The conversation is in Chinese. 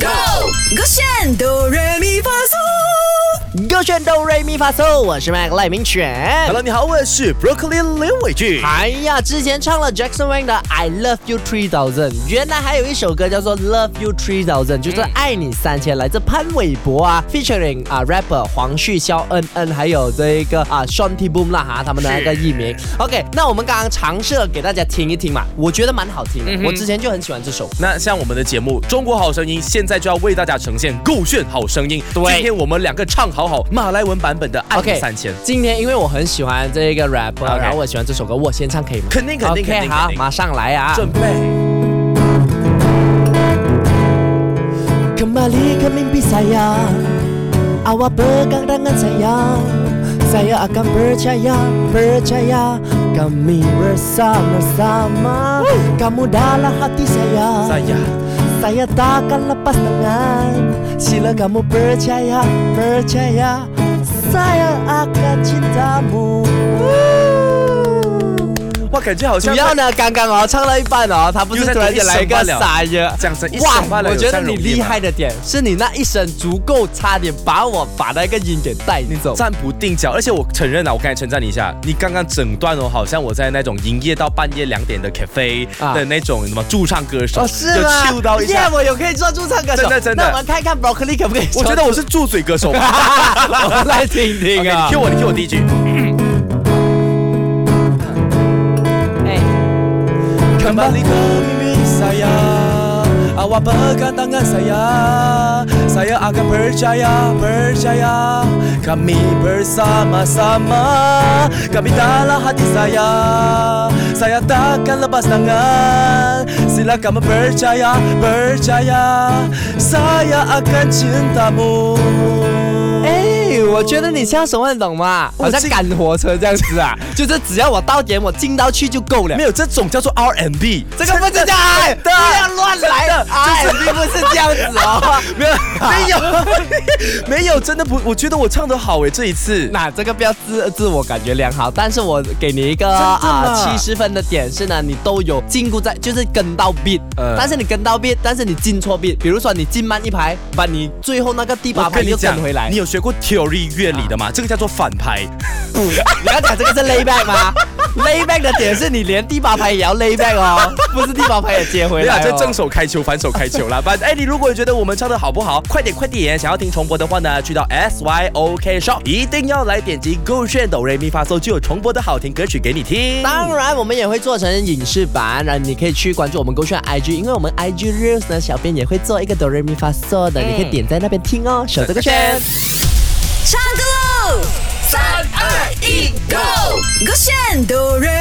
Go，勾选哆来咪发嗦，歌炫哆瑞咪发嗦，我是麦克赖明犬。 Hello，你好，我是 Broccoli 刘伟俊。哎呀，之前唱了 Jackson Wang 的《I Love You 3000》，原来还有一首歌叫做《Love You 3000》，就是爱你三千，来自潘玮柏啊，featuring 啊 rapper 黄旭、肖恩恩，还有这一个啊 Shanty Boom 啦哈，他们的那个艺名。OK，那我们刚刚尝试了给大家听一听嘛，我觉得蛮好嗯听的，我之前就很喜欢这首。那像我们的节目《中国好声音》，现在就要为大家呈现够炫好声音。对今天我们两个唱好好马来文版本的《爱你 OK，三千》今天因为我很喜欢这一个 rapper，、 OK 然后我喜欢这首歌，我先唱可以吗？肯定肯定 OK，肯定好肯，定马上来啊！准备。 Kembali ke mimpi saya Awak pegang tangan saya Saya akan percaya, percaya Kami bersama-sama Kamu dalam hati saya Saya Saya takkan lepas tangan Sila kamu percaya, percaya Saya akan cintamu 哇，感觉好像主要呢，刚刚哦唱到一半哦，他不是又在突然间来一个读一声傻音，讲成一声哇罢！了我有觉得这样你容易厉吗害的点是你那一声足够，差点把我把那个音给带走。站不定脚。而且我承认啊，我刚才称赞你一下，你刚刚整段哦，好像我在那种营业到半夜两点的 cafe 啊的那种什么驻唱歌手，哦，是就吗？ chill 到一耶下。我有可以做驻唱歌手，真的真的那我们看看 broccoli 可不可以？ 我觉得我，是住嘴歌手吧。我们 来听听 OK，啊 你。听我，你听我第一句。哎 Kembali ke mimpi saya Awak pegang tangan saya Saya akan percaya, percaya Kami bersama-sama Kami dalam hati saya Saya takkan lepas tangan Sila kamu percaya, percaya Saya akan cintamu 哎，我觉得你像什么，你懂吗？我好像这赶火车这样子 啊，就是只要我到点，我进到去就够了。有，这种叫做 R&B，这个不是叫爱，不要乱来真的爱并不是这样子哦。 没有，没 有，没有，真的不，我觉得我唱得好诶，欸这一 次。那这个不要自自我感觉良好，但是我给你一个真的啊吗七十分的点是呢，你都有进步在，就是跟到 beat，、呃但是你跟到 beat，但是你进错 beat，比如说你进慢一拍，把你最后那个第八我拍跟你又讲跟回来。啊你有学过 theory 乐理的吗？这个叫做反拍。你要讲这个是 layback 吗 ？layback 的点是你连第八拍也要 layback 哦，不是第八拍也接回对啊，来、哦。这正手开球，反手开球 啦。反哎，你如果觉得我们唱的好不好，快点快点！想要听重播的话呢，去到 S Y O K Shop，一定要来点击勾选哆瑞咪发嗦，就有重播的好听歌曲给你听。当然，我们也会做成影视版，然后你可以去关注我们勾选 IG，因为我们 IG Reels 呢，小编也会做一个哆瑞咪发嗦嗯的，你可以点在那边听哦，守这个圈。唱歌喽！三二一，Go，勾选哆来